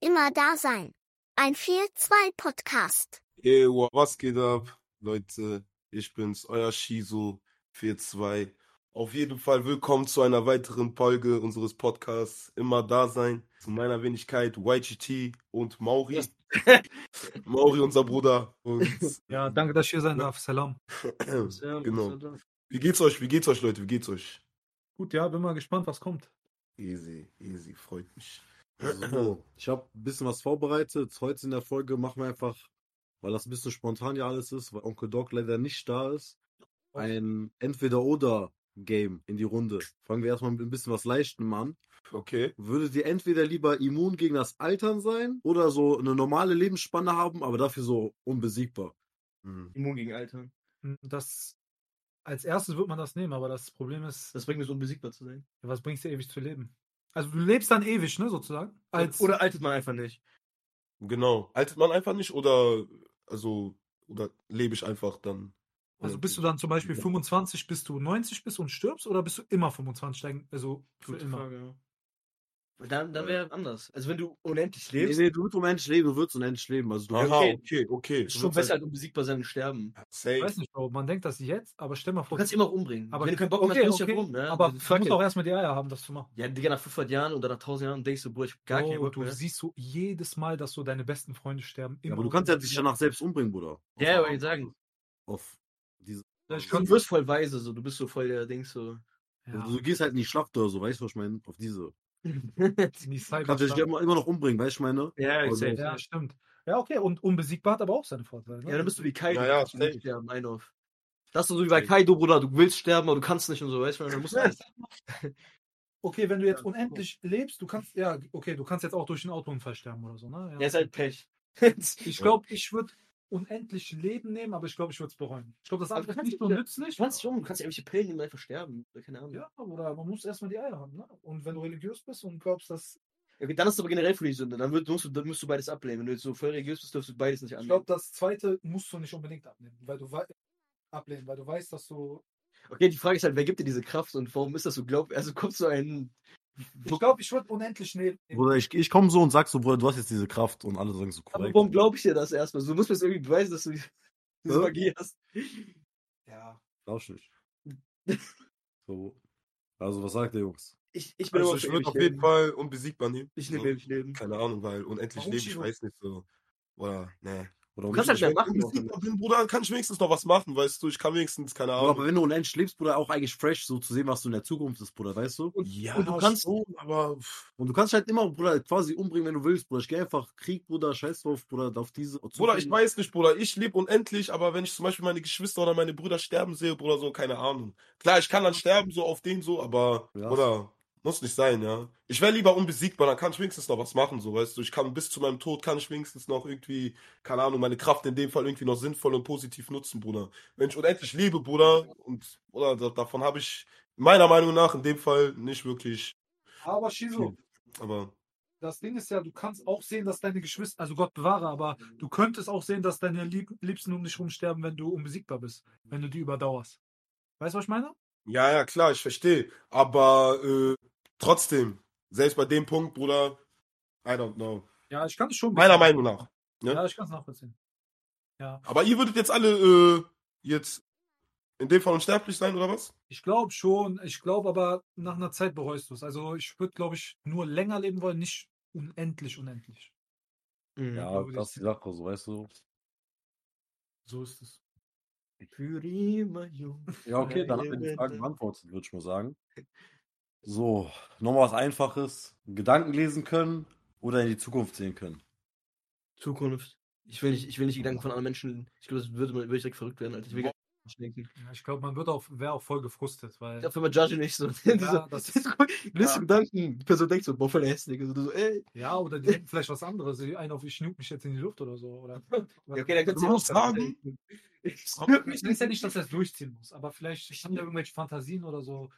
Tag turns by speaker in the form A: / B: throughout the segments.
A: Immer da sein. Ein 4-2-Podcast.
B: Ewa, was geht ab, Leute? Ich bin's, euer Shiso 42. Auf jeden Fall willkommen zu einer weiteren Folge unseres Podcasts Immer da sein. Zu meiner Wenigkeit YGT und Mauri. Mauri, unser Bruder. Und
C: Ja,
D: Ähm,
C: danke, dass ich hier sein darf. Salam.
B: genau. Wie geht's euch? Wie geht's euch, Leute? Wie geht's euch?
C: Gut, ja, bin mal gespannt, was kommt.
B: Easy, easy, freut mich.
E: So, ich habe ein bisschen was vorbereitet. Heute in der Folge machen wir einfach, weil das ein bisschen spontan ja alles ist, weil Onkel Doc leider nicht da ist, ein Entweder-Oder-Game in die Runde. Fangen wir erstmal mit ein bisschen was Leichtem an.
B: Okay.
E: Würdet ihr entweder lieber immun gegen das Altern sein oder so eine normale Lebensspanne haben, aber dafür so unbesiegbar?
B: Hm.
D: Immun gegen Altern.
C: Hm, Das, als erstes wird man das nehmen, aber das Problem ist,
D: Das bringt mich unbesiegbar zu sein.
C: was bringst du ewig zu leben? Also du lebst dann ewig, ne, sozusagen? Als,
D: Äh, Oder altert man einfach nicht.
B: Genau. Altert man einfach nicht oder, also, oder lebe ich einfach dann?
E: äh,
C: also bist du dann zum Beispiel 25 bis du 90 bist und stirbst oder bist du immer 25 steigen, also für
D: Gute
C: immer?
D: Frage, ja. Weil Dann, dann wäre anders. Also wenn du unendlich
E: Nee,
D: lebst,
E: nee, du wirst unendlich leben, du wirst unendlich leben. Also du
B: Aha,
D: okay.
B: okay, okay.
D: ist schon
B: Du wirst
D: besser als unbesiegbar sein und sterben.
B: halt-
C: Ich
B: Safe.
C: weiß nicht, Bro, man denkt das jetzt, aber stell mal
D: Du
C: vor.
D: kannst dich immer umbringen.
C: aber
D: wenn du keinen Bock mehr hast,
C: okay,
D: bringst du
C: okay,
D: dich rum, ne?
C: Aber
D: Also,
C: du
D: fuck
C: musst
D: it.
C: auch erstmal die Eier haben, das zu machen.
D: Ja, Digga, nach 500 Jahren oder nach 1000 Jahren denkst du, Bruder, ich hab gar keinen
C: Bro,
D: Bock
C: Oh, du
D: mehr.
C: siehst so jedes Mal, dass so deine besten Freunde sterben.
E: Ja,
C: immer
E: aber du
C: und
E: kannst ja
C: immer
E: dich
C: wieder.
E: danach selbst umbringen, Bruder.
D: Ja, wollte ich sagen.
E: Auf diese,
C: Vielleicht
D: Du
C: kannst-
D: wirst voll weise, so. Du bist so voll der Dings, so.
C: Ja,
E: also du gehst halt in die Schlacht oder so, weißt du, was ich meine? Auf diese.
C: in die
E: Du kannst dich
C: Cyberstadt.
E: immer, immer noch umbringen, weißt du, was ich meine?
D: ja,
E: Also-
D: safe.
C: Ja, stimmt. Ja, okay, und unbesiegbar hat aber auch seine Vorteile. Ne?
D: ne? Ja, dann bist du wie Kaido.
B: Ja, ja,
D: du kannst nicht
B: safe.
D: sterben, ein auf. Das ist so wie bei Kaido, Bruder. Du willst sterben, aber du kannst nicht und so, weißt du? Dann musst du halt, alles.
C: Okay, wenn du jetzt unendlich lebst, du kannst, ja, okay, du kannst jetzt auch durch einen Autounfall sterben oder so, ne? Ja.
D: Ja, ist halt Pech.
C: ich glaube, ich würde unendlich Leben nehmen, aber ich glaube, ich würde es bereuen. Ich glaube, das
D: Aber
C: andere ist
D: kannst
C: nicht
D: du
C: so
D: wieder-
C: nützlich.
D: Du kannst dich um, du kannst irgendwelche Pillen nehmen und einfach sterben. Oder Keine Ahnung.
C: Ja, oder man muss erstmal die Eier haben, ne? Und wenn du religiös bist und glaubst, dass,
D: Okay, dann ist es aber generell für die Sünde. Dann, wird, musst du, dann musst du beides ablehnen. Wenn du jetzt so voll religiös bist, darfst du beides nicht
C: ich
D: annehmen.
C: glaube, das zweite musst du nicht unbedingt abnehmen, weil du wei- ablehnen, weil du weißt, dass du.
D: Okay, die Frage ist halt, wer gibt dir diese Kraft und warum ist das so glaub... Also kommt so ein...
C: Ich glaube, ich würde unendlich ne-, leben.
E: Bruder, ich, ich komme so und sag so, Bruder, du hast jetzt diese Kraft und alle sagen so
D: Aber
E: korrekt.
D: warum glaube ich dir das erstmal? So, Du musst mir das irgendwie beweisen, dass du diese
E: Ja.
D: Magie hast.
C: Ja.
E: Glaub ich nicht. So. Also, was sagt ihr, Jungs?
D: Ich, ich bin
B: Also
D: immer
B: ich
D: für
B: würde
D: ewig
B: auf jeden
D: leben.
B: Fall unbesiegbar nehmen.
D: Ich
B: So,
D: nehme ewig Leben.
B: Keine Ahnung, weil unendlich
C: Warum,
B: leben, ich
C: Shiro?
B: weiß nicht so. Oder, ne.
E: Oder
D: kannst
E: nicht?
D: halt mehr
B: Wenn ich
D: machen,
B: unbesiegbar bin, Bruder, dann kann ich wenigstens noch was machen, weißt du? Ich kann wenigstens, keine
E: Bruder, aber
B: Ahnung.
E: wenn du unendlich lebst, Bruder, auch eigentlich fresh, so zu sehen, was du in der Zukunft bist, Bruder, weißt du?
B: Ja,
D: und du kannst-
B: schon, aber pff,
E: Und du kannst halt immer, Bruder, quasi umbringen, wenn du willst, Bruder. Ich geh einfach Krieg, Bruder, scheiß drauf, Bruder, auf diese.
B: Bruder, ich weiß nicht, Bruder, ich lebe unendlich, aber wenn ich zum Beispiel meine Geschwister oder meine Brüder sterben sehe, Bruder, so, keine Ahnung. Klar, ich kann dann sterben, so auf den so, aber,
E: Ja.
B: Bruder, muss nicht sein, ja. Ich wäre lieber unbesiegbar, dann kann ich wenigstens noch was machen, so, weißt du. Ich kann bis zu meinem Tod, kann ich wenigstens noch irgendwie, keine Ahnung, meine Kraft in dem Fall irgendwie noch sinnvoll und positiv nutzen, Bruder. Wenn ich unendlich lebe, Bruder, und, oder, da- davon habe ich meiner Meinung nach in dem Fall nicht wirklich
C: Aber Shizu,
F: Aber
C: das Ding ist ja, du kannst auch sehen, dass deine Geschwister, also Gott bewahre, aber
E: Mhm.
C: du könntest auch sehen, dass deine Lieb Liebsten um dich rumsterben, wenn du unbesiegbar bist, wenn du die überdauerst. Weißt du, was ich meine?
F: ja, ja, klar, ich verstehe. Aber äh, trotzdem, selbst bei dem Punkt, Bruder, I don't know.
C: Ja, ich kann es schon.
F: Meiner Meinung nach. ne?
C: Ja, ich kann es nachvollziehen.
F: Aber ihr würdet jetzt alle äh, jetzt in dem Fall unsterblich sein, oder was?
C: Ich glaube schon, ich glaube aber nach einer Zeit bereust du es. Also ich würde, glaube ich, nur länger leben wollen, nicht unendlich, unendlich.
D: Mhm.
B: Ja,
C: glaube,
B: das ist die Sache, so weißt du.
C: So ist es.
D: Für immer jung.
B: Ja, okay, dann haben wir die Fragen beantwortet, würde ich mal sagen. So, nochmal was Einfaches. Gedanken lesen können oder in die Zukunft sehen können.
D: Zukunft. Ich will nicht, ich will nicht die Gedanken von anderen Menschen. Ich glaube, das würde, man- würde ich direkt verrückt werden, Alter. Ich will gar nicht denken.
C: Ja, ich glaube, man wird auch, wäre auch voll gefrustet, weil.
D: Ich darf immer judge nicht so.
C: Ja, das ist-
D: Liste Gedanken. Die Person denkt so, boah, voll hässlich. Und du so, ey.
C: Ja, oder die denken vielleicht was anderes. Einen auf, ich schnupp mich jetzt in die Luft oder so. Oder,
D: Ja, okay, dann kannst
F: Du
D: du ne?
F: musst sagen,
D: Ich schwör mich
C: Ich
D: nicht.
C: weiß ja nicht, dass er es durchziehen muss, aber vielleicht haben da irgendwelche Fantasien oder so.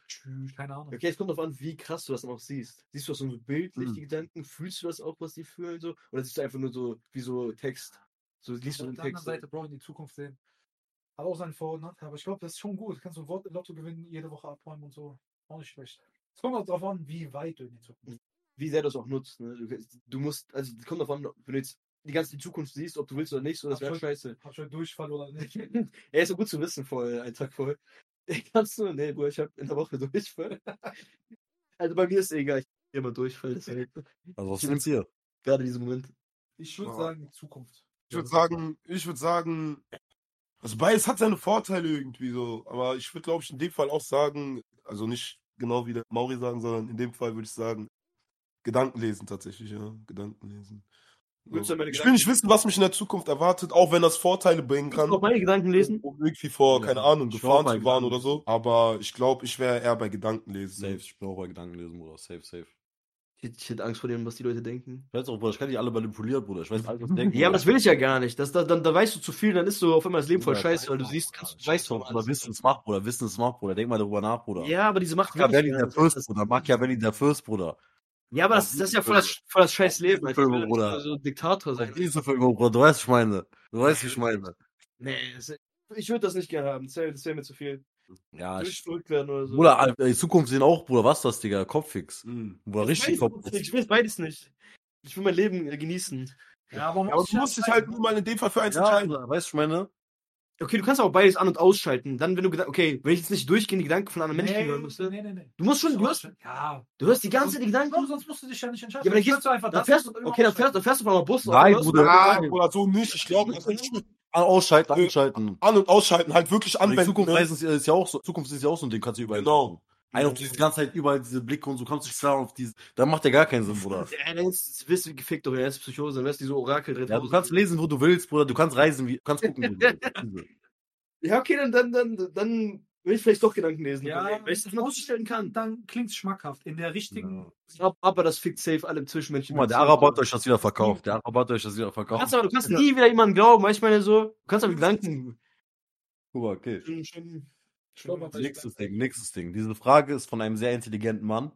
C: Keine Ahnung.
D: Okay, es kommt darauf an, wie krass du das dann auch siehst. Siehst du das so bildlich,
B: Hm.
D: die Gedanken? Fühlst du das auch, was die fühlen? So? Oder siehst du einfach nur so, wie so Text? So liest
C: Auf der
D: du den
C: anderen
D: Text. so.
C: Seite, Bro, in die Zukunft sehen. Hat auch seinen Vor- und Nachteil, aber ich glaube, das ist schon gut. Kannst du Wort im Lotto gewinnen, jede Woche abräumen und so. Auch nicht schlecht. Es kommt auch darauf an, wie weit du in die Zukunft
D: wie sehr du es auch nutzt. Ne? Du, du musst, also es kommt davon, wenn du jetzt die ganze Zukunft siehst, ob du willst oder nicht, so das wäre
C: Absolut.
D: scheiße.
C: Hab schon Durchfall oder nicht.
D: Er ist so gut zu wissen voll, einen Tag voll. Kannst du? Nee, Bruder, ich hab in der Woche Durchfall. Also bei mir ist egal, ich hab immer Durchfall, deshalb
B: Also was nimmst ihr?
D: gerade diesen Moment.
C: Ich würde
F: Ja.
C: sagen, Zukunft.
F: Ich würde sagen, ich würde sagen, also beides hat seine Vorteile irgendwie so. Aber ich würde, glaube ich, in dem Fall auch sagen, also nicht genau wie der Mauri sagen, sondern in dem Fall würde ich sagen, Gedanken lesen tatsächlich, ja. Gedanken lesen.
D: Würdest
F: So.
D: du meine
F: Ich
D: Gedanken-
F: will nicht wissen, was mich in der Zukunft erwartet, auch wenn das Vorteile bringen kann.
D: meine Gedanken
F: Um irgendwie vor,
B: Ja.
F: keine Ahnung,
B: Ich war
F: Gefahren
B: auch bei
F: zu warnen
B: Gedanken-
F: oder so. Aber ich glaube, ich wäre eher bei Gedanken lesen.
B: Safe, ich bin auch bei Gedanken lesen, Bruder. Safe, safe.
D: Ich, hätt- ich hätte Angst vor dem, was die Leute denken.
B: Ich weiß auch, Bruder, ich kann dich alle manipulieren, Bruder. Ich weiß alles, was die denken.
D: Ja, aber das will ich ja gar nicht. Das, da, dann, da weißt du zu viel, dann ist so auf einmal das Leben voll scheiße, weil du siehst, kannst, du weißt
B: doch,
D: doch
B: Bruder, Wissen es macht, Bruder. Wissen es macht, Bruder. Denk mal darüber nach, Bruder.
D: Ja, aber diese Macht will ich
B: Machiavelli
D: gar
B: der
D: nicht.
B: Fürst,
D: Das-
B: Bruder. Machiavelli der Fürst, Bruder.
D: Ja, aber das, das ist ja voll das, voll das scheiß Leben. Alter. Ich will
B: Entschuldigung,
D: nicht
B: Bruder.
D: so ein Diktator sein.
B: Diese Verfügung, Bruder. Du weißt, was ich meine. Du weißt, was ich meine.
D: Nee, das, ich würde das nicht gerne haben. Das wäre wär mir zu viel.
B: Ja, ich,
D: Durchverrückt werden oder so.
B: Ah, Bruder, Alter, die Zukunft sehen auch, Bruder. Was das, Digga? Kopffix.
F: Mhm.
B: Bruder,
D: ich,
B: richtig
D: will beides nicht,
B: Kopffix.
D: ich will beides nicht. Ich will mein Leben äh, genießen.
C: Ja, aber
F: Ja, aber du musst dich halt nur mal in dem Fall für eins
B: Ja,
F: entscheiden.
B: Bruder, weißt du, was ich meine?
D: Okay, du kannst auch beides an- und ausschalten. Dann, wenn du Gedanken. Okay, wenn ich jetzt nicht durchgehend die Gedanken von anderen Menschen hören müsste.
C: Nee, nee, nee.
D: Du musst schon, du hörst,
C: Ja.
D: du hörst die ganze Zeit die
C: Bro,
D: Gedanken.
C: sonst musst du dich ja nicht entscheiden.
D: Ja, aber dann
C: Sonst
D: gehst-
C: kannst du einfach
D: Dann
C: das
D: fährst,
C: und immer
D: okay, dann fährst,
C: ausschalten.
D: dann fährst du von einem Bus.
B: Nein,
D: dann hörst du-
B: Bruder.
F: Ja, oder so nicht. Ich glaube, das ist nicht
B: Ah, Ausschalten, anschalten.
F: an- und ausschalten, halt wirklich
B: Die
F: anwenden.
B: Zukunft
F: ne?
B: reisen ist ja auch so, Zukunft ist ja auch so ein Ding, kannst du überall.
F: Genau.
B: Einer auf diese ganze Zeit überall diese Blicke und so kommst du nicht klar auf diese. Da macht ja gar keinen Sinn, Bruder.
D: Ja, dann ist- wirst du gefickt, doch, jetzt Psychose, dann wärst du so Orakel drin.
B: Ja, du kannst lesen, wo du willst, Bruder. Du kannst reisen, wie, du kannst gucken, wo du willst.
D: Ja, okay, dann, dann, dann, dann will ich vielleicht doch Gedanken lesen.
C: Ja,
D: können, weil ich das noch ausstellen kann.
C: Dann klingt es schmackhaft. In der richtigen.
B: Ja.
D: Ab- Aber das fickt safe alle Zwischenmenschen.
B: Guck mal, der Araber hat euch das wieder verkauft. Der Araber hat euch das wieder
D: Du kannst
B: verkauft.
D: aber, du kannst nie wieder jemandem glauben, weißt du, ich meine so, du kannst aber Gedanken.
B: Guck mal, okay.
F: Mhm.
C: Ich glaub, aber ich-
B: Nächstes Ding, nächstes Ding. Diese Frage ist von einem sehr intelligenten Mann.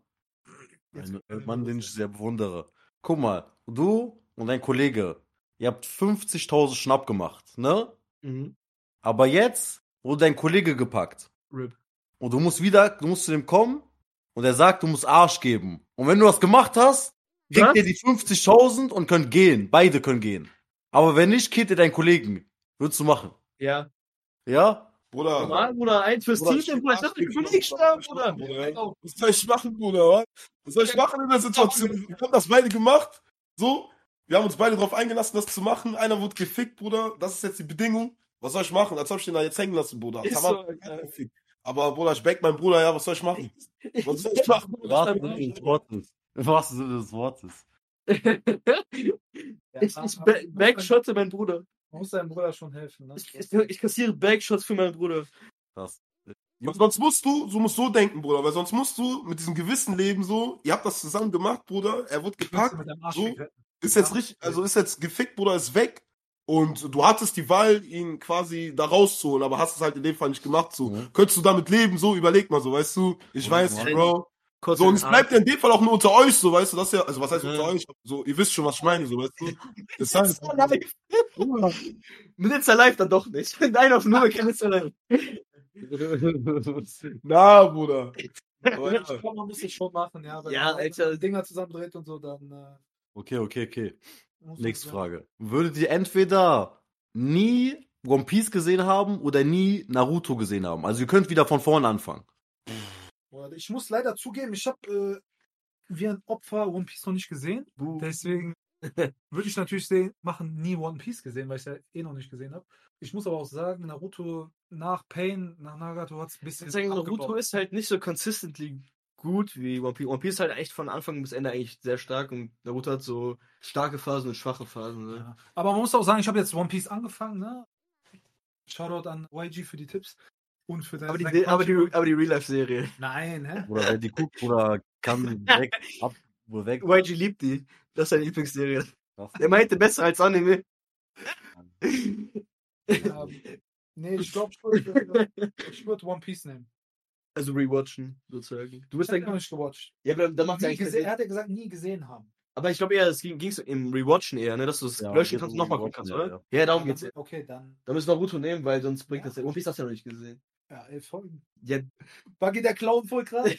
B: Ein ein Mann, den ich sehr bewundere. Guck mal, du und dein Kollege, ihr habt 50.000 Schnapp gemacht, ne?
D: Mhm.
B: Aber jetzt wurde dein Kollege gepackt.
D: Rip.
B: Und du musst wieder, du musst zu dem kommen und er sagt, du musst Arsch geben. Und wenn du das gemacht hast, kriegt
D: Was?
B: ihr die 50.000 und könnt gehen. Beide können gehen. Aber wenn nicht, killt ihr deinen Kollegen. Würdest du machen.
D: Ja.
B: Ja?
F: Bruder.
D: Normal, Bruder, eins fürs
F: Bruder,
D: Team,
F: ich
D: denn,
F: bin
D: Bruder, ich dachte, ich
F: absolut
D: würde nicht sterben, Bruder.
F: Bruder. Was soll ich machen, Bruder? wa? Was soll ich machen in der Situation? Wir haben das beide gemacht. So, wir haben uns beide darauf eingelassen, das zu machen. Einer wurde gefickt, Bruder. Das ist jetzt die Bedingung. Was soll ich machen? Als ob ich den da jetzt hängen lassen, Bruder.
D: Ist
F: Tamam.
D: so, Alter.
F: Aber Bruder, ich back meinen Bruder, ja, was soll ich machen? Was soll ich machen?
B: Warte, des Wortes. Im wahrsten Sinne des Wortes.
D: Ich, ich ba- backshotte meinen Bruder.
C: Man muss deinem Bruder schon helfen. Ne?
D: Ich, ich, ich kassiere Backshots für meinen Bruder.
B: Das.
F: Weil sonst musst du, so musst so denken, Bruder, weil sonst musst du mit diesem gewissen Leben so, ihr habt das zusammen gemacht, Bruder, er wurde gepackt,
C: Mit deinem Arsch
F: so,
C: wegrennen.
F: Ist jetzt richtig, also ist jetzt gefickt, Bruder, ist weg. Und du hattest die Wahl, ihn quasi da rauszuholen, aber hast es halt in dem Fall nicht gemacht. So,
B: Mhm.
F: könntest du damit leben, so überleg mal so, weißt du? Ich
B: Mhm.
F: weiß, Bro,
D: kurz in
F: Sonst
D: den
F: bleibt
D: Arsch.
F: er in dem Fall auch nur unter euch, so weißt du, das ist ja, also was heißt
D: Ja.
F: unter euch? So, ihr wisst schon, was ich meine, so weißt du. Das heißt,
D: Insta Live. Mit Insta Live dann doch nicht. Nein, auf Nummer kein Insta Live.
F: na, Bruder. Aber
C: Ich
F: ja.
C: glaube, man muss es schon machen, ja. Wenn
D: Ja,
C: man
D: Alter.
C: Dinger zusammendreht und so, dann. Äh,
B: Okay, okay, okay.
C: muss man
B: Nächste
C: sagen.
B: Frage. Würdet ihr entweder nie One Piece gesehen haben oder nie Naruto gesehen haben? Also ihr könnt wieder von vorne anfangen.
C: Boah, Ich muss leider zugeben, ich habe äh, wie ein Opfer One Piece noch nicht gesehen. Deswegen würde ich natürlich sehen, machen nie One Piece gesehen, weil ich ja eh noch nicht gesehen habe. Ich muss aber auch sagen, Naruto nach Pain, nach Nagato hat es ein
D: Ich
C: bisschen.
D: würde sagen, Naruto
C: abgebaut.
D: ist halt nicht so consistently gut wie One Piece. One Piece ist halt echt von Anfang bis Ende eigentlich sehr stark und Naruto hat so starke Phasen und schwache Phasen. Ne?
C: Ja. Aber man muss auch sagen, ich habe jetzt One Piece angefangen, ne? Shoutout an YG für die Tipps und für deine
D: Aber,
C: Black
D: die, aber,
C: Punch-
D: die, aber die Real-Life-Serie.
C: Nein, hä?
B: Oder wer die guckt oder kann weg, ab, wo weg.
D: YG liebt die. Das ist seine Lieblingsserie.
B: Krass.
D: Er meinte besser als Anime.
C: Ja, nee, ich glaube, ich würde ich würd One Piece nehmen.
D: Also rewatchen, sozusagen. Du
C: Ich
D: bist
C: habe noch
D: ja,
C: nicht gewatcht.
D: ja aber dann macht
C: Nie
D: er eigentlich.
C: gese-
D: Sinn.
C: Er hat ja gesagt, nie genau. gesehen haben.
D: Aber ich glaube eher, es ging es im Rewatchen eher, ne? Dass du es
B: Ja,
D: löschen
B: geht
D: kannst und
B: um
D: nochmal gucken kannst,
B: Rewatchen,
D: oder?
B: ja,
D: Ja, darum geht's. ja.
C: Okay, dann
D: Da müssen wir Naruto nehmen, weil sonst bringt
C: Ja.
D: das ja. One Piece hast du ja noch nicht gesehen.
C: ja, elf Folgen.
D: Ja,
C: Buggy der Clown voll krass.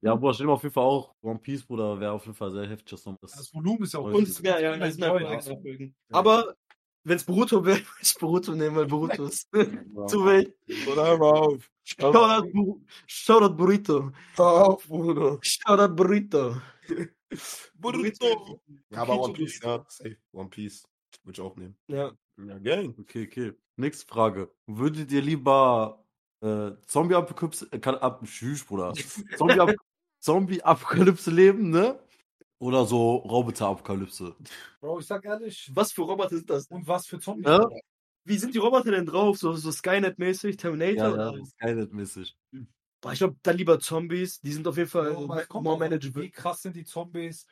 B: ja, Bruder, stell mir auf jeden Fall auch One Piece, Bruder, wäre auf jeden Fall sehr heftig. Das,
C: Das Volumen ist ja auch
B: Und
D: Und
C: groß.
D: es wäre ja, es
C: Toll,
D: wäre
C: ja.
D: extra Folgen. Aber wenn es Boruto wäre, würde ich Boruto nehmen, weil Boruto ist zu wild.
F: Oder hör mal auf. Hör mal
D: Shoutout, Bu- Shoutout Burrito.
F: auf, Bruder.
D: Shoutout Burrito.
F: Burrito. Ja, aber One
D: Burrito.
F: Piece, ja, safe. One Piece. Würde ich auch nehmen.
D: Ja.
F: Ja, gang.
B: Okay, okay. Nächste Frage. Würdet ihr lieber äh, Zombie-Apokalypse, äh, kann- ab, tschüss, Bruder. Zombie-Ap- Zombie-Apokalypse leben, ne? Oder so Roboter-Apokalypse?
C: Bro, ich sag ehrlich,
D: Was für Roboter sind das?
C: und was für Zombies.
B: Ja?
D: Wie sind die Roboter denn drauf? So, so Skynet-mäßig, Terminator?
B: Ja, ja,
D: oder?
B: Skynet-mäßig.
D: Boah, ich glaube, dann lieber Zombies. Die sind auf jeden Fall
C: Bro,
D: more
C: was kommt drauf an? Wie
D: manageable.
C: krass sind die Zombies?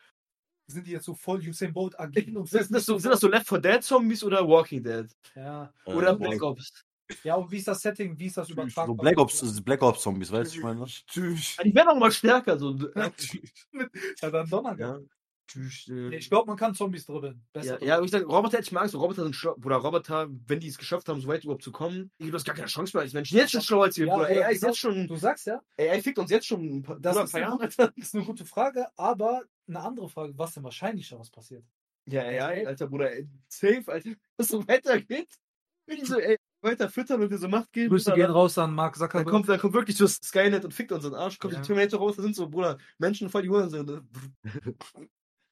C: Sind die jetzt so voll Usain Bolt agil und
D: Sind das, so, sind das so Left 4 Dead Zombies oder Walking Dead?
C: Ja.
D: Äh, Oder
B: boah,
D: Black Ops?
C: ja, und wie ist das Setting? Wie ist das übertragbar?
B: So Black Ops, also Black Ops Zombies, weißt du, ich meine?
F: Tschüss.
D: Ah, Die werden auch mal stärker. So.
C: Ja, dann Donner.
D: Ja. Tschüss, äh.
C: Ich glaube, man kann Zombies dribbeln.
D: Ja,
C: Besser
D: ja, aber
C: dribbeln.
D: ich sag, Roboter hätte ich mal Angst, Roboter sind schlau, Bruder, Roboter, wenn die es geschafft haben, so weit überhaupt zu kommen, du hast gar keine Chance mehr als Menschen. Jetzt schon schlauer als wir,
C: Ja,
D: Bruder.
C: Bruder,
D: AI ist
C: genau.
D: jetzt schon,
C: Du sagst ja,
D: AI fickt uns jetzt schon ein paar,
C: Das
D: Bruder,
C: ist
D: ein
C: ja-
D: paar Jahre.
C: das ist eine gute Frage, aber eine andere Frage, was denn wahrscheinlicher was passiert?
D: Ja, AI, alter Bruder, ey, safe, alter, was so weitergeht. Wenn die so AI weiter füttern und dir so Macht geben, Bruder, dann,
C: raus an Mark
D: dann,
C: Zuckerberg.
D: kommt, dann kommt wirklich so Skynet und fickt uns in den Arsch, kommt
C: Ja.
D: die Terminator-Roboter sind so, Bruder, Menschen voll die Huren sind. ne?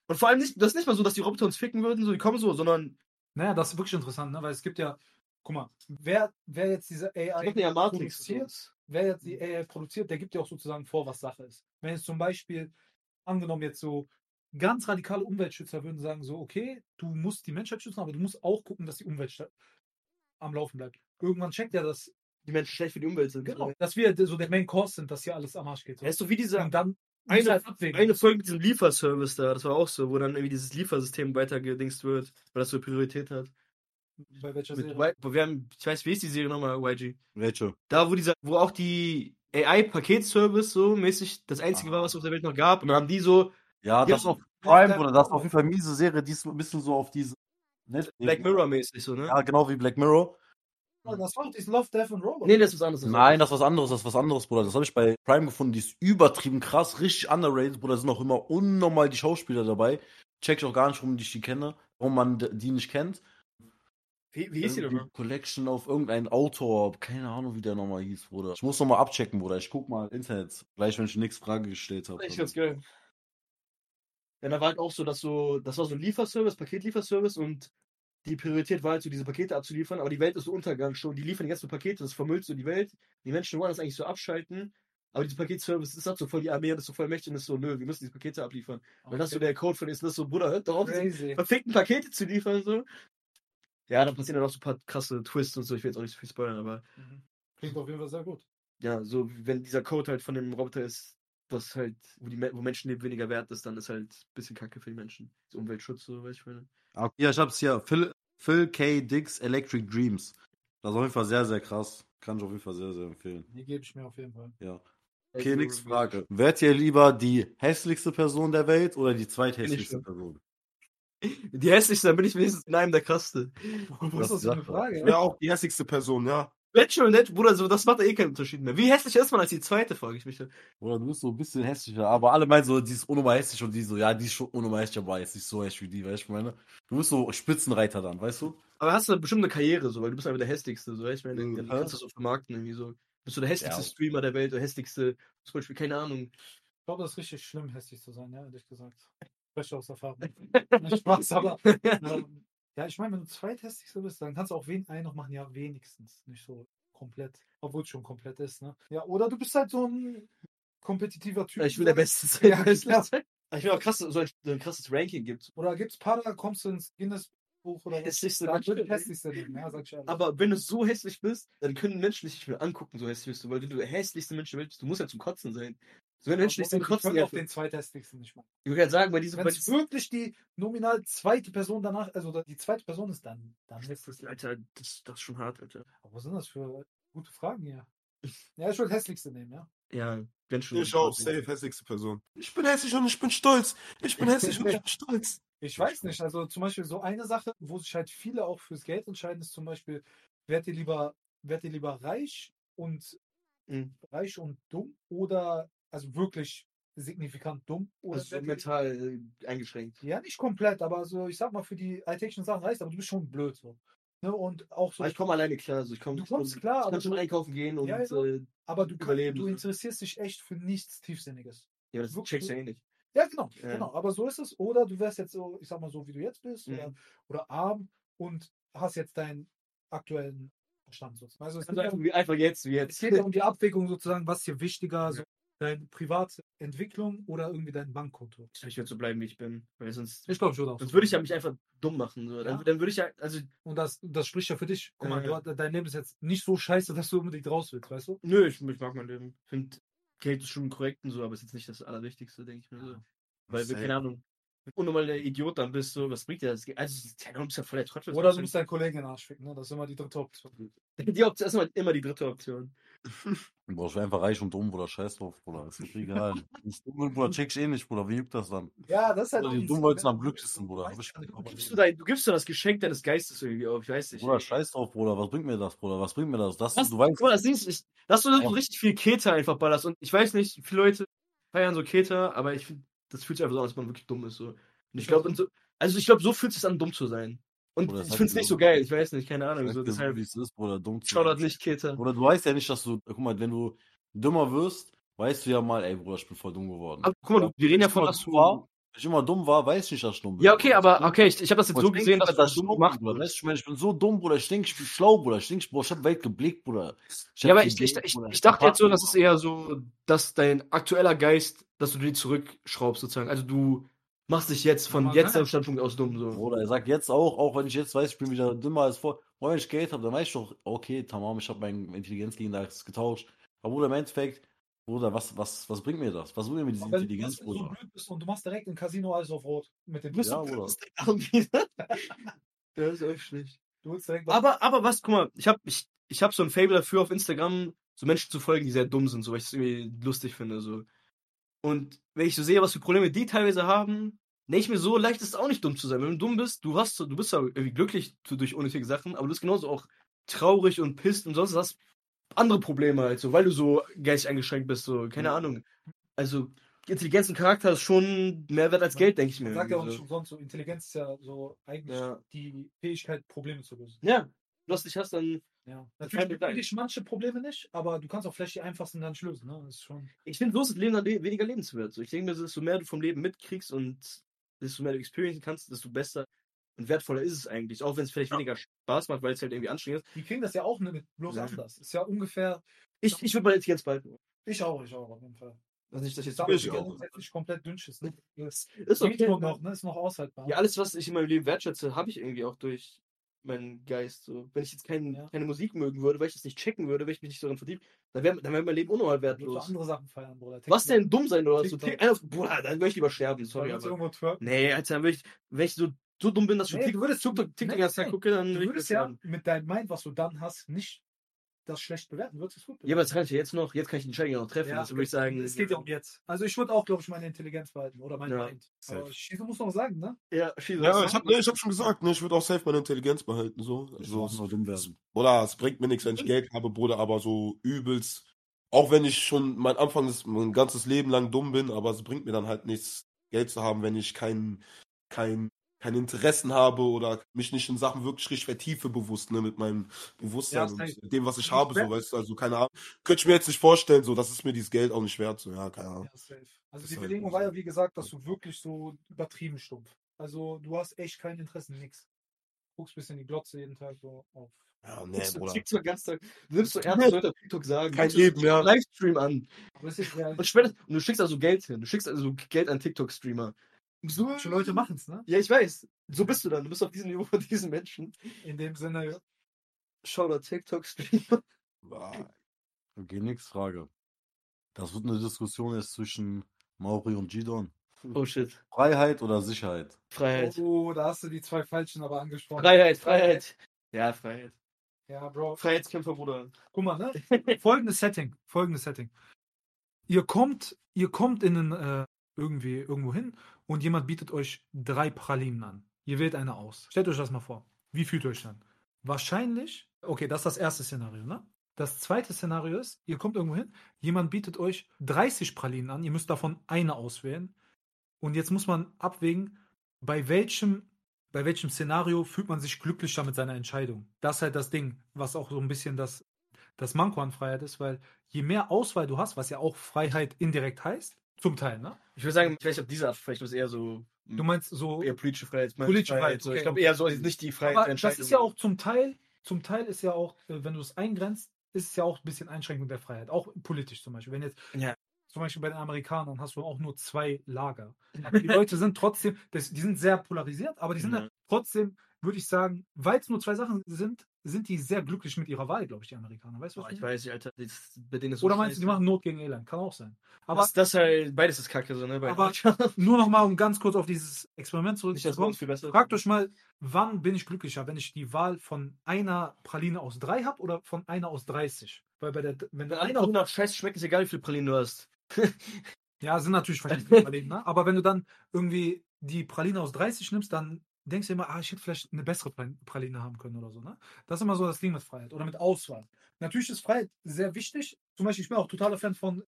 D: Und vor allem nicht, das ist nicht mal so, dass die Roboter uns ficken würden, so, die kommen so, sondern,
C: Naja, das ist wirklich interessant, ne? weil es gibt ja, guck mal, wer, wer jetzt diese
D: die
C: AI
D: machen ja Matrix.
C: produziert, wer jetzt
D: Mhm.
C: die AI produziert, der gibt ja auch sozusagen vor, was Sache ist. Wenn jetzt zum Beispiel, angenommen jetzt so ganz radikale Umweltschützer würden sagen, so, okay, du musst die Menschheit schützen, aber du musst auch gucken, dass die Umwelt sta- am Laufen bleibt. Irgendwann checkt ja das,
D: Die Menschen schlecht für die Umwelt sind.
C: genau,
D: Genau.
C: dass wir so der Main Course sind, dass hier alles am Arsch geht. So.
D: Er ist so wie dieser,
C: Und dann
D: Eine-
C: muss halt abwägen.
D: Eine Folge mit diesem Lieferservice da, das war auch so, wo dann irgendwie dieses Liefersystem weitergedingst wird, weil das so Priorität hat.
C: bei welcher
D: Mit
C: Serie?
D: Y- wo wir haben, ich weiß, wie ist die Serie nochmal, YG?
B: Rachel.
D: Da, wo dieser, wo auch die AI-Paketservice so mäßig das einzige war, was es auf der Welt noch gab, und dann haben die so
B: Ja, das
D: Ja.
B: auf Prime, Bruder, das ist auf jeden Fall miese Serie, die ist ein bisschen so auf diese Netflix-
D: Black Mirror-mäßig so, ne?
B: Ja, genau wie Black Mirror.
C: Das war auch dieses Love, Death and Robots.
D: Nee, das ist was anderes.
B: Nein, das ist was anderes, das ist was anderes, Bruder. Das habe ich bei Prime gefunden. Die ist übertrieben krass, richtig underrated, Bruder. Da sind auch immer unnormal die Schauspieler dabei. Check ich auch gar nicht, warum ich die kenne, warum man d- die nicht kennt.
D: Wie, wie hieß die
B: Irgendwie
D: nochmal?
B: Collection auf irgendeinen Autor, keine Ahnung, wie der nochmal hieß, Bruder. Ich muss nochmal abchecken, Bruder. Ich guck mal Internet, gleich wenn ich die nächste Frage gestellt habe.
D: Echt ganz geil. Ja, da war halt auch so, dass so, das war so ein Lieferservice, Paketlieferservice und die Priorität war halt so, diese Pakete abzuliefern, aber die Welt ist so Untergang schon, die liefern jetzt so Pakete, das vermüllt so die Welt, die Menschen wollen das eigentlich so abschalten, aber dieser Paketservice ist halt so voll die Armee, das ist so voll mächtig und ist so, nö, wir müssen diese Pakete abliefern. Weil das so der Code von ist, das ist so, Bruder, hört doch auf, diese
C: Crazy.
D: verfickten Pakete zu liefern, so. Ja, dann passieren dann auch so ein paar krasse Twists und so, ich will jetzt auch nicht so viel spoilern, aber
C: Klingt auf jeden Fall sehr gut.
D: ja, so wenn dieser Code halt von dem Roboter ist, was halt, wo, die, Me- wo Menschenleben weniger wert ist, dann ist halt ein bisschen Kacke für die Menschen. So Umweltschutz, so weiß ich meine.
B: Ah, Ja, ich hab's hier. Phil, Phil K. Dix Electric Dreams. Das ist auf jeden Fall sehr, sehr krass. Kann ich auf jeden Fall sehr, sehr empfehlen.
C: Die gebe ich mir auf jeden Fall.
B: Ja. Okay,
F: Also
B: nix Frage. Wärt ihr lieber die hässlichste Person der Welt oder die zweithässlichste Person?
D: Die hässlichste, dann bin ich wenigstens in einem der Kaste.
C: Was ist das für eine
B: sagt
C: Frage?
F: Ja, auch die hässlichste Person, ja.
D: Bachelor Net, Bruder, so, das macht eh keinen Unterschied mehr. Wie hässlich ist man als die zweite, frage ich mich. dann.
B: Oder du bist so ein bisschen hässlicher, aber alle meinen so, die ist unnormal hässlich und die so, ja, die ist schon unnormal hässlich, aber jetzt nicht so hässlich wie die, weißt du, ich meine? Du bist so Spitzenreiter dann, weißt du?
D: Aber hast du bestimmt eine Karriere, so, weil du bist einfach der hässlichste, so, weißt du, ich meine, dann
B: Mhm.
D: kannst du das so vermarkten irgendwie so. Bist du der hässlichste
B: Ja.
D: Streamer der Welt, der hässlichste, zum Beispiel, keine Ahnung.
C: Ich glaube, das ist richtig schlimm, hässlich zu sein, ja, ehrlich gesagt. Wäsche aus Erfahrung. Nicht Spaß, aber. ähm, ja, ich meine, wenn du zweithässlich so bist, dann kannst du auch wen einen noch machen, ja, wenigstens. Nicht so komplett. Obwohl es schon komplett ist, ne? Ja, oder du bist halt so ein kompetitiver Typ. ne?
D: Ich will der Beste sein.
C: Ja, genau. klar.
D: Ich will auch krass, so ein, so ein krasses Ranking gibt.
C: Oder gibt's Paare, da kommst du ins Guinness-Buch oder
D: Hässlichste
C: Dann
D: Mensch der
C: würde ich
D: Welt.
C: hässlich sein, ne? ja, sag ich ehrlich.
D: Aber wenn du so hässlich bist, dann können Menschen dich nicht mehr angucken, so hässlich bist du, weil du der hässlichste Mensch der Welt bist. Du musst ja zum Kotzen sein. So, wenn
C: Menschen
D: Menschen dich zum Kotzen
C: auf
D: greifen-
C: den zweithässlichsten nicht machen.
D: Ich würde gerade sagen, bei diesem
C: Wenn
D: bei
C: es
D: diesem-
C: wirklich die nominal zweite Person danach, also die zweite Person ist, dann, dann hässlich.
D: Alter, das, das ist schon hart, Alter.
C: Aber was sind das für gute Fragen hier? Ja, ich würde hässlichste nehmen, ja.
D: Ja, wenn schon.
F: Ich auch, safe, hässlichste Person. Ich bin hässlich und ich bin stolz. Ich bin hässlich und ich bin stolz.
C: Ich weiß nicht, also zum Beispiel so eine Sache, wo sich halt viele auch fürs Geld entscheiden, ist zum Beispiel, werdet ihr lieber, werdet ihr lieber reich und
D: Mhm.
C: reich und dumm oder also wirklich signifikant dumm oder
D: Also so
C: werdet ihr-
D: mental äh, eingeschränkt.
C: Ja, nicht komplett, aber so, ich sag mal, für die alltäglichen Sachen reicht, aber du bist schon blöd. So. Ne? Und auch so,
D: Aber ich komme alleine klar. Also ich komm,
C: Du kommst
D: ich,
C: klar,
D: Ich
C: aber
D: kann schon
C: du-
D: einkaufen gehen und.
C: Ja, ja.
D: Äh,
C: aber du, kann,
D: überleben.
C: du interessierst dich echt für nichts Tiefsinniges.
D: ja, das
C: Wirklich?
D: checkst du ja eh nicht.
C: Ja, genau,
D: Ja. Mhm.
C: genau. Aber so ist es. Oder du wärst jetzt so, ich sag mal, so wie du jetzt bist, oder, oder arm und hast jetzt deinen aktuellen Verstand sozusagen. Also es,
D: Also
C: geht ja
D: einfach,
C: um,
D: wie, einfach jetzt, wie
C: es
D: jetzt.
C: geht ja um die Abwägung sozusagen, was hier wichtiger, so deine private Entwicklung oder irgendwie dein Bankkonto.
D: Ich würde so bleiben, wie ich bin. Weil sonst.
C: Ich glaube schon auch.
D: Sonst
C: so.
D: würde ich ja mich einfach dumm machen. So. Dann,
C: Ja.
D: dann würde ich ja. Also,
C: Und das, das spricht ja für dich. Guck mal,
D: Ja,
C: du,
D: ja.
C: hast- dein Leben ist jetzt nicht so scheiße, dass du unbedingt raus willst, weißt du?
D: nö, ich, ich mag mein Leben. Ich finde, Geld ist schon korrekt und so, aber ist jetzt nicht das Allerwichtigste, denke ich mir so. Weil, wir,
B: Safe.
D: keine Ahnung, wenn du unnormal der Idiot dann bist, so, was bringt dir das? Geld? Also, keine Ahnung, du bist ja voll der Trottel.
C: Oder du musst deinen Kollegen in den Arsch ficken, ne? Das ist immer die dritte
B: Mhm.
C: Option.
D: Die Option ist immer, immer die dritte Option.
B: Boah, ich wäre einfach reich und dumm, Bruder, scheiß drauf, Bruder. Ist mir egal. Wenn ich dumm bin, Bruder, check ich eh nicht, Bruder. Wie juckt das dann?
C: Ja, das ist halt.
B: Oder die
C: mies,
B: Dummheit sind
C: ne?
B: Also, am glücklichsten, Bruder. Hab ich
C: Du
D: Du gibst,
B: gibst
D: du, dein, du gibst so das Geschenk deines Geistes irgendwie auf, ich weiß nicht.
B: Bruder, scheiß drauf, Bruder. Was bringt mir das, Bruder? Was bringt mir das? Das,
D: das,
B: du weißt,
D: Guck mal, das Ding ist, ich, dass du so
B: Ja.
D: richtig viel Keter einfach ballerst. Und ich weiß nicht, viele Leute feiern so Keter, aber ich finde, das fühlt sich einfach so an, als man wirklich dumm ist. So. Und ich glaube, so, also ich glaube, so fühlt es sich an, dumm zu sein. Und
B: Oder das
D: ich
B: hat
D: finde es
B: die
D: nicht so
B: Leute-
D: geil, ich weiß nicht, keine Ahnung.
B: Sag
D: So,
B: dir so,
D: deshalb
B: wie es ist, Bruder. Dumm zu
D: schaudert
B: sein.
D: nicht Keter.
B: Bruder, du weißt ja nicht, dass du, äh, guck mal, wenn du dümmer wirst, weißt du ja mal, ey, Bruder, ich bin voll dumm geworden.
D: Aber guck mal, du- wir reden
B: Wenn
D: ja
B: ich
D: von,
B: immer
D: dass
B: dumm
D: du-
B: war, Wenn ich immer dumm war, weiß ich nicht, dass ich dumm bin.
D: Ja, okay,
B: Bruder.
D: aber okay, ich, ich habe das jetzt
B: Und
D: so
B: ich denk,
D: gesehen, dass
B: Bruder,
D: das dumm
B: stimmt,
D: gemacht
B: Bruder.
D: wird.
B: Weißt du, ich meine, ich bin so dumm, Bruder. Ich denke, ich bin schlau, Bruder. Ich denke, ich, boah, ich habe Welt geblickt, Bruder. hab
D: Ja, aber ich, ich,
B: geblickt,
D: ich,
B: Bruder.
D: ich dachte jetzt so,
B: hab-
D: das ist eher so, dass dein aktueller Geist, dass du den zurückschraubst sozusagen. Also du machst dich jetzt von
C: Aber
D: jetzt
C: nein.
D: am Standpunkt aus dumm so.
B: Bruder, er sagt jetzt auch, auch wenn ich jetzt weiß, ich bin wieder dümmer als vor. Boah, wenn ich Geld habe, dann weiß ich doch, okay, tamam, ich habe meinen Intelligenzgegenstand getauscht. Aber Bruder, im Endeffekt, Bruder, was, was, was bringt mir das? Was bringt mir diese
C: Aber wenn du
B: Intelligenz,
C: so
B: Bruder?
C: blöd bist und du machst direkt im Casino alles auf Rot mit dem ne?
B: Ja,
C: du,
B: Bruder.
D: Das ist echt schlecht.
C: du willst direkt
D: Aber, aber was, guck mal, ich habe ich, ich hab so ein Fable dafür auf Instagram, so Menschen zu folgen, die sehr dumm sind, so weil ich es irgendwie lustig finde. so. Und wenn ich so sehe, was für Probleme die teilweise haben, denke ich mir, so leicht ist es auch nicht dumm zu sein. Wenn du dumm bist, du hast so- du bist ja irgendwie glücklich zu- durch unnötige Sachen, aber du bist genauso auch traurig und pisst und sonst was, hast andere Probleme halt so, weil du so geistig eingeschränkt bist, so, keine Ahnung. Also, Intelligenz und Charakter ist schon mehr wert als Geld, denke ich mir.
C: Man sagt ja auch
D: irgendwie
C: nicht
D: so.
C: umsonst, so Intelligenz ist ja so eigentlich
D: Ja.
C: die Fähigkeit, Probleme zu lösen.
D: Ja, wenn du das nicht hast, dann
C: Ja.
D: kann
C: Natürlich
D: ich sein.
C: finde ich manche Probleme nicht, aber du kannst auch vielleicht die einfachsten dann nicht lösen. Ne? Das ist schon
D: Ich finde, so ist das Leben dann le weniger lebenswert. So, ich denke mir, desto mehr du vom Leben mitkriegst und desto mehr du experiencen kannst, desto besser und wertvoller ist es eigentlich. Auch wenn es vielleicht weniger Spaß macht, weil es halt irgendwie anstrengend ist.
C: die kriegen das ja auch ne, mit bloß
D: Ja.
C: anders. Ist ja ungefähr,
D: Ich, ich würde mal jetzt jetzt behalten.
C: ich auch, ich auch auf jeden Fall.
D: Also nicht, dass ich jetzt
C: Sag,
F: will ich
C: die
F: auch.
C: jetzt nicht komplett dünnschiss. Ne? Das
D: Ist
C: geht
D: okay.
C: schon noch, ne? ist noch aushaltbar.
D: Ja, alles, was ich in meinem Leben wertschätze, habe ich irgendwie auch durch meinen Geist. So, wenn ich jetzt kein,
C: Ja.
D: keine Musik mögen würde, weil ich das nicht checken würde, wenn ich mich nicht darin vertieft, dann wäre dann wär mein Leben unnormal
C: Du musst
D: wertlos.
C: andere Sachen feiern, Bruder.
D: Was denn dumm sein oder so?
C: TikTok.
D: Einer auf- Boah, dann würde ich lieber sterben. Sorry,
C: Sorry,
D: aber.
C: irgendwo twerken.
D: Nee, Alter, dann würde ich, wenn ich so, so dumm bin, dass ich
C: Nee,
D: TikTok,
C: du würdest-
D: TikTok, TikTok
C: nee,
D: die ganze Zeit
C: nee.
D: gucke, dann
C: Du
D: würd ich
C: würdest
D: das
C: ja
D: sterben.
C: mit deinem Mind, was du dann hast, nicht das schlecht bewerten, würdest du es gut bewerten.
D: Ja, aber das kann ich ja jetzt noch, jetzt kann ich die Entscheidung ja noch treffen.
C: Ja,
D: also würde ich sagen.
C: Es geht ja um jetzt. Also ich würde auch, glaube ich, meine Intelligenz behalten oder mein
D: Ja,
C: Mind.
B: safe.
C: Aber Shizu muss noch sagen, ne?
D: äh, Ja, Shizu,
F: Ja,
D: was
F: ich
D: sagen?
F: habe ne, ich hab schon gesagt, ne, ich würde auch safe meine Intelligenz behalten. So.
B: Ich
F: Also,
B: muss nur dumm werden.
F: Bruder, es bringt mir nichts, wenn ich Geld habe, Bruder, aber so übelst. Auch wenn ich schon mein Anfang des, mein ganzes Leben lang dumm bin, aber es bringt mir dann halt nichts, Geld zu haben, wenn ich kein, kein, kein Interessen habe oder mich nicht in Sachen wirklich richtig vertiefe bewusst, ne, mit meinem Bewusstsein
C: Ja,
F: und
C: safe.
F: mit dem, was ich
C: Nicht
F: habe, so,
C: wert.
F: weißt du, also keine Ahnung. Könnte ich mir jetzt nicht vorstellen, so, das ist mir dieses Geld auch nicht wert, so, ja, keine Ahnung.
C: Ja, safe.
F: Das
C: Also die
F: ist halt
C: Bedingung
F: so.
C: war ja, wie gesagt, dass du wirklich so übertrieben stumpf. Also du hast echt kein Interesse, nix. Guckst ein bisschen die Glotze jeden Tag so auf.
F: Ja, nee,
D: Guckst du
F: Bruder.
D: TikTok ganz Tag. Du nimmst so ernst, was Leute auf TikTok sagen.
F: Kein
D: Guckst du
F: Leben, ja.
D: Livestream an.
C: Aber es ist real.
D: Und, später, und du schickst also Geld hin. Du schickst also Geld an TikTok-Streamer. So,
C: Manche Leute machen es, ne?
D: Ja, ich weiß. So bist du dann. Du bist auf diesem Niveau von diesen Menschen.
C: In dem Sinne, ja.
D: Schau da TikTok-Streamer.
F: Boah,
B: Okay, nix Frage. Das wird eine Diskussion jetzt zwischen Mauri und Gidon.
D: Oh shit.
B: Freiheit oder Sicherheit?
D: Freiheit.
C: Oh, da hast du die zwei Falschen aber angesprochen.
D: Oh, Freiheit, Freiheit. Ja, Freiheit.
C: Ja, Bro.
D: Freiheitskämpfer, Bruder.
C: Guck mal, ne? Folgendes Setting. Folgendes Setting. Ihr kommt, ihr kommt in einen, äh, irgendwie irgendwo hin und jemand bietet euch drei Pralinen an. Ihr wählt eine aus. Stellt euch das mal vor. Wie fühlt ihr euch dann? Wahrscheinlich, okay, das ist das erste Szenario, ne? Das zweite Szenario ist, ihr kommt irgendwo hin, jemand bietet euch 30 Pralinen an, ihr müsst davon eine auswählen. Und jetzt muss man abwägen, bei welchem, bei welchem Szenario fühlt man sich glücklicher mit seiner Entscheidung. Das ist halt das Ding, was auch so ein bisschen das, das Manko an Freiheit ist, weil je mehr Auswahl du hast, was ja auch Freiheit indirekt heißt, zum Teil, ne?
D: Ich würde sagen, vielleicht auf diese Art, vielleicht was eher so. hm,
C: Du meinst so,
D: eher politische Freiheit.
C: Politische Freiheit,
D: so.
C: okay.
D: Ich glaube eher so, nicht die Freiheit
C: aber
D: der
C: das
D: Entscheidung.
C: ist ja auch zum Teil, zum Teil ist ja auch, äh, wenn du es eingrenzt, ist es ja auch ein bisschen Einschränkung der Freiheit, auch politisch zum Beispiel. Wenn jetzt
D: Ja.
C: zum Beispiel bei den Amerikanern hast du auch nur zwei Lager. Aber die Leute sind trotzdem, das, die sind sehr polarisiert, aber die sind
D: Ja.
C: halt trotzdem, würde ich sagen, weil es nur zwei Sachen sind, sind die sehr glücklich mit ihrer Wahl, glaube ich, die Amerikaner. Weißt du, was
D: Boah, ich
C: ich meine?
D: weiß nicht, Alter. Das, bei denen ist so
C: Oder meinst du, die
D: scheiße.
C: machen Not gegen Elend? Kann auch sein. Aber
D: Das, das halt, beides ist kacke, so, ne? Beides.
C: Aber- nur noch mal, um ganz kurz auf dieses Experiment
D: nicht, dass
C: zurückzukommen.
D: uns viel besser
C: Fragt euch mal, wann bin ich glücklicher, wenn ich die Wahl von einer Praline aus drei habe oder von einer aus 30? Weil bei der, wenn
D: Wenn
C: du
D: alle
C: einer,
D: auch nach Scheiß schmecken, ist egal, wie viel Pralinen du hast.
C: ja, sind natürlich verschiedene Pralinen, ne? aber wenn du dann irgendwie die Praline aus 30 nimmst, dann denkst du immer, ah, ich hätte vielleicht eine bessere Pral- Praline haben können oder so. Ne? Das ist immer so das Ding mit Freiheit oder mit Auswahl. Natürlich ist Freiheit sehr wichtig. Zum Beispiel, ich bin auch totaler Fan von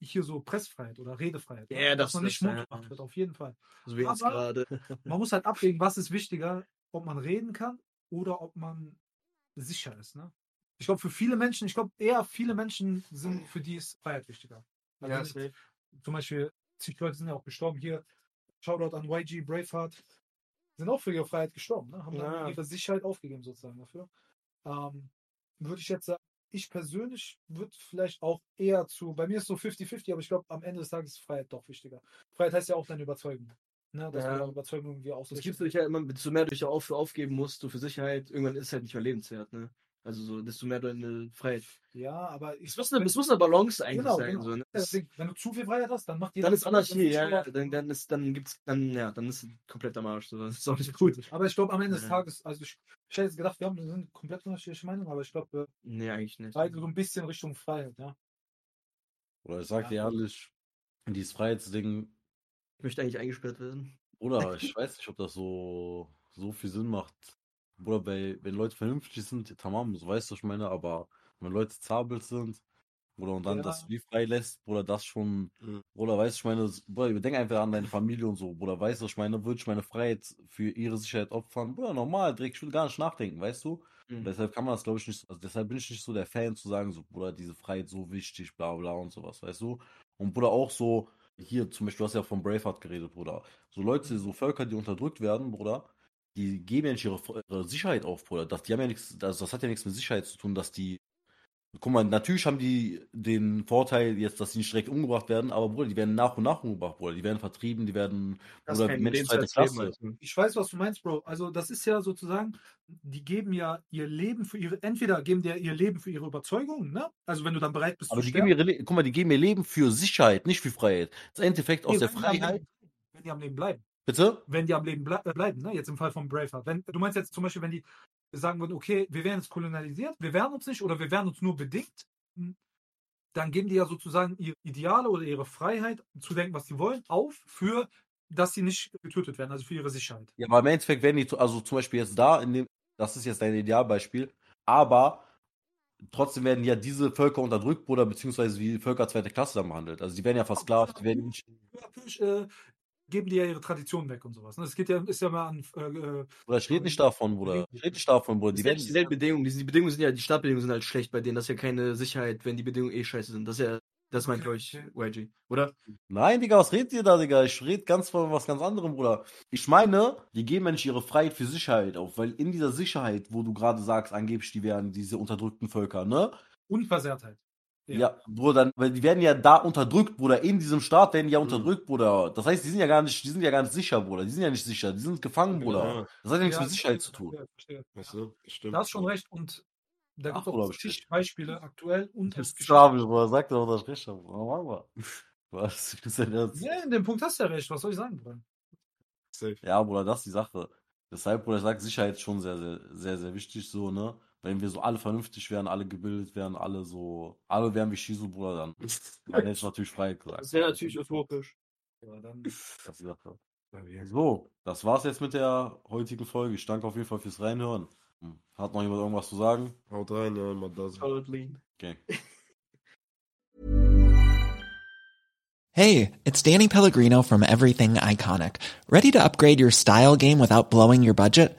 C: hier so Pressfreiheit oder Redefreiheit. ne?
D: Ja, das-
C: dass man nicht
D: das-
C: mund
D: ja.
C: gemacht wird, auf jeden Fall.
D: So wie jetzt
C: Aber-
D: gerade.
C: Man muss halt abwägen, was ist wichtiger, ob man reden kann oder ob man sicher ist. Ne? Ich glaube, für viele Menschen, ich glaube, eher viele Menschen sind, für die ist Freiheit wichtiger. Also wenn jetzt zum Beispiel, zig Leute sind ja auch gestorben hier. Shoutout an YG, Braveheart. Sind auch für ihre Freiheit gestorben, ne? haben
D: Ja.
C: dann ihre Sicherheit aufgegeben sozusagen dafür. Ähm, würde ich jetzt sagen, ich persönlich würde vielleicht auch eher zu, bei mir ist so 50-50, aber ich glaube, am Ende des Tages ist Freiheit doch wichtiger. Freiheit heißt ja auch deine Überzeugung. Ne? Dass
D: Ja.
C: du deine Überzeugung irgendwie
D: Das
C: ausrichtest.
D: gibst du dich ja immer, desto mehr du dich ja auf, aufgeben musst, du für Sicherheit, irgendwann ist es halt nicht mehr lebenswert, ne? Also so, desto mehr deine Freiheit.
C: Ja, aber ich
D: Es muss eine, es muss eine Balance eigentlich
C: Genau,
D: sein.
C: genau.
D: So, ne?
C: Das
D: Es-
C: Ding, wenn du zu viel Freiheit hast, dann macht jeder.
D: dann ist Anarchie, ja, ja.
C: Dann
D: Dann, dann ist, dann gibt's, dann, ja, dann ist komplett am Arsch. So. Das ist auch nicht gut.
C: Aber ich glaube, am Ende des
D: Ja.
C: Tages, also ich, ich hätte jetzt gedacht, wir haben wir sind komplett unterschiedliche Meinungen, aber ich glaube,
D: Nee, eigentlich nicht.
C: beide so ein bisschen Richtung Freiheit, ja.
B: Oder ich sag dir
C: Ja.
B: ehrlich, dieses Freiheitsding,
D: Ich möchte eigentlich eingesperrt werden.
B: oder ich weiß nicht, ob das so, so viel Sinn macht. Oder bei, wenn Leute vernünftig sind, tamam, so weißt du, was ich meine, aber wenn Leute zabelt sind, oder und dann,
C: Ja.
B: dass du die freilässt, oder das schon,
F: Mhm.
B: oder weißt du, ich meine, Bruder, denk einfach an deine Familie und so, Bruder, weißt du, was ich meine, würde ich meine Freiheit für ihre Sicherheit opfern, Bruder, normal, direkt, ich will gar nicht nachdenken, weißt du?
D: Mhm.
B: Deshalb kann man das, glaube ich, nicht. Also deshalb bin ich nicht so der Fan zu sagen, so, Bruder, diese Freiheit so wichtig, bla bla und sowas, weißt du? Und Bruder, auch so, hier zum Beispiel, du hast ja von Braveheart geredet, Bruder. So Leute, so Völker, die unterdrückt werden, Bruder, die geben ja nicht ihre, ihre Sicherheit auf, Bruder. Das, die haben ja nichts, also das hat ja nichts mit Sicherheit zu tun, dass die. Guck mal, natürlich haben die den Vorteil jetzt, dass sie nicht direkt umgebracht werden, aber Bruder, die werden nach und nach umgebracht, Bruder. Die werden vertrieben, die werden,
D: Das
B: Bruder,
D: kein
B: Menschen zweiter
D: lebenswertes
B: Klasse.
D: Leben,
C: Ich weiß, was du meinst, Bro. Also, das ist ja sozusagen, die geben ja ihr Leben für ihre, entweder geben dir ihr Leben für ihre Überzeugung, ne? Also, wenn du dann bereit bist
B: Aber
C: zu
B: die
C: sterben.
B: geben ihre, Le- guck mal, die geben ihr Leben für Sicherheit, nicht für Freiheit. Das ist im Endeffekt aus
C: Nee,
B: der
C: wenn die am Leben
B: Freiheit.
C: bleiben. Wenn die am Leben bleiben.
B: Bitte?
C: wenn die am Leben ble äh, bleiben, ne? jetzt im Fall von Braveheart. Wenn, du meinst jetzt zum Beispiel, wenn die sagen würden, okay, wir werden jetzt kolonialisiert, wir werden uns nicht oder wir werden uns nur bedingt, hm, dann geben die ja sozusagen ihre Ideale oder ihre Freiheit zu denken, was sie wollen, auf für, dass sie nicht getötet werden, also für ihre Sicherheit.
B: Ja, aber im Endeffekt werden die, zu- also zum Beispiel jetzt da, in dem, das ist jetzt dein Idealbeispiel, aber trotzdem werden ja diese Völker unterdrückt, Bruder, beziehungsweise wie Völker zweiter Klasse dann behandelt. Also die werden ja versklavt, die werden nicht,
C: Peu à peu, äh, geben die ja ihre Tradition weg und sowas. ne? Es geht ja, ist ja mal an, äh, äh,
B: Bruder, ich rede nicht davon, Bruder. Ich rede nicht davon, Bruder. Die
D: Die werden
B: werden,
D: dieselben Bedingungen. Die, die Bedingungen sind ja, die Startbedingungen sind halt schlecht bei denen. Das ist ja keine Sicherheit, wenn die Bedingungen eh scheiße sind. Das ist ja, das meint, glaube ich, YG, oder?
B: Nein, Digga, was redet ihr da, Digga? Ich rede ganz von was ganz anderem, Bruder. Ich meine, die geben ja nicht ihre Freiheit für Sicherheit auf, weil in dieser Sicherheit, wo du gerade sagst, angeblich, die werden diese unterdrückten Völker, ne?
C: Unversehrtheit.
B: Ja. Bruder, dann, weil die werden ja da unterdrückt, Bruder. In diesem Staat werden die ja unterdrückt, Bruder. Das heißt, die sind ja gar nicht, die sind ja gar nicht sicher, Bruder. Die sind ja nicht sicher, die sind gefangen, Bruder.
G: Ja,
B: Das hat ja nichts
C: Ja,
B: mit Sicherheit zu tun.
C: verstehe, verstehe.
G: weißt du, stimmt.
C: Da hast du schon recht und da
B: Ach,
C: gibt es
B: oder
C: auch
B: bestimmt.
C: zig Beispiele aktuell und
B: Das
C: als
B: ist Schwabisch, Bruder. Sag doch, das ist richtig, Bruder. Mach mal. Was? Ist denn das?
C: Ja, in dem Punkt hast du ja recht, was soll ich sagen? Bruder?
G: Safe.
B: Ja, Bruder, das ist die Sache. Deshalb, Bruder, ich sag, Sicherheit ist schon sehr, sehr, sehr, sehr wichtig, so, ne? Wenn wir so alle vernünftig wären, alle gebildet wären, alle so, alle wären wie Shizu, Bruder, dann. Dann hätte ich natürlich frei gesagt.
D: Das wäre natürlich utopisch.
C: Ja, dann
B: Das ist die Sache. ne? So, das war's jetzt mit der heutigen Folge. Ich danke auf jeden Fall fürs Reinhören. Hm. Hat noch jemand irgendwas zu sagen?
G: Haut rein, ja, immer da sein.
D: Charlotte Lean.
B: Okay.
H: Hey, it's Danny Pellegrino from Everything Iconic. Ready to upgrade your style game without blowing your budget?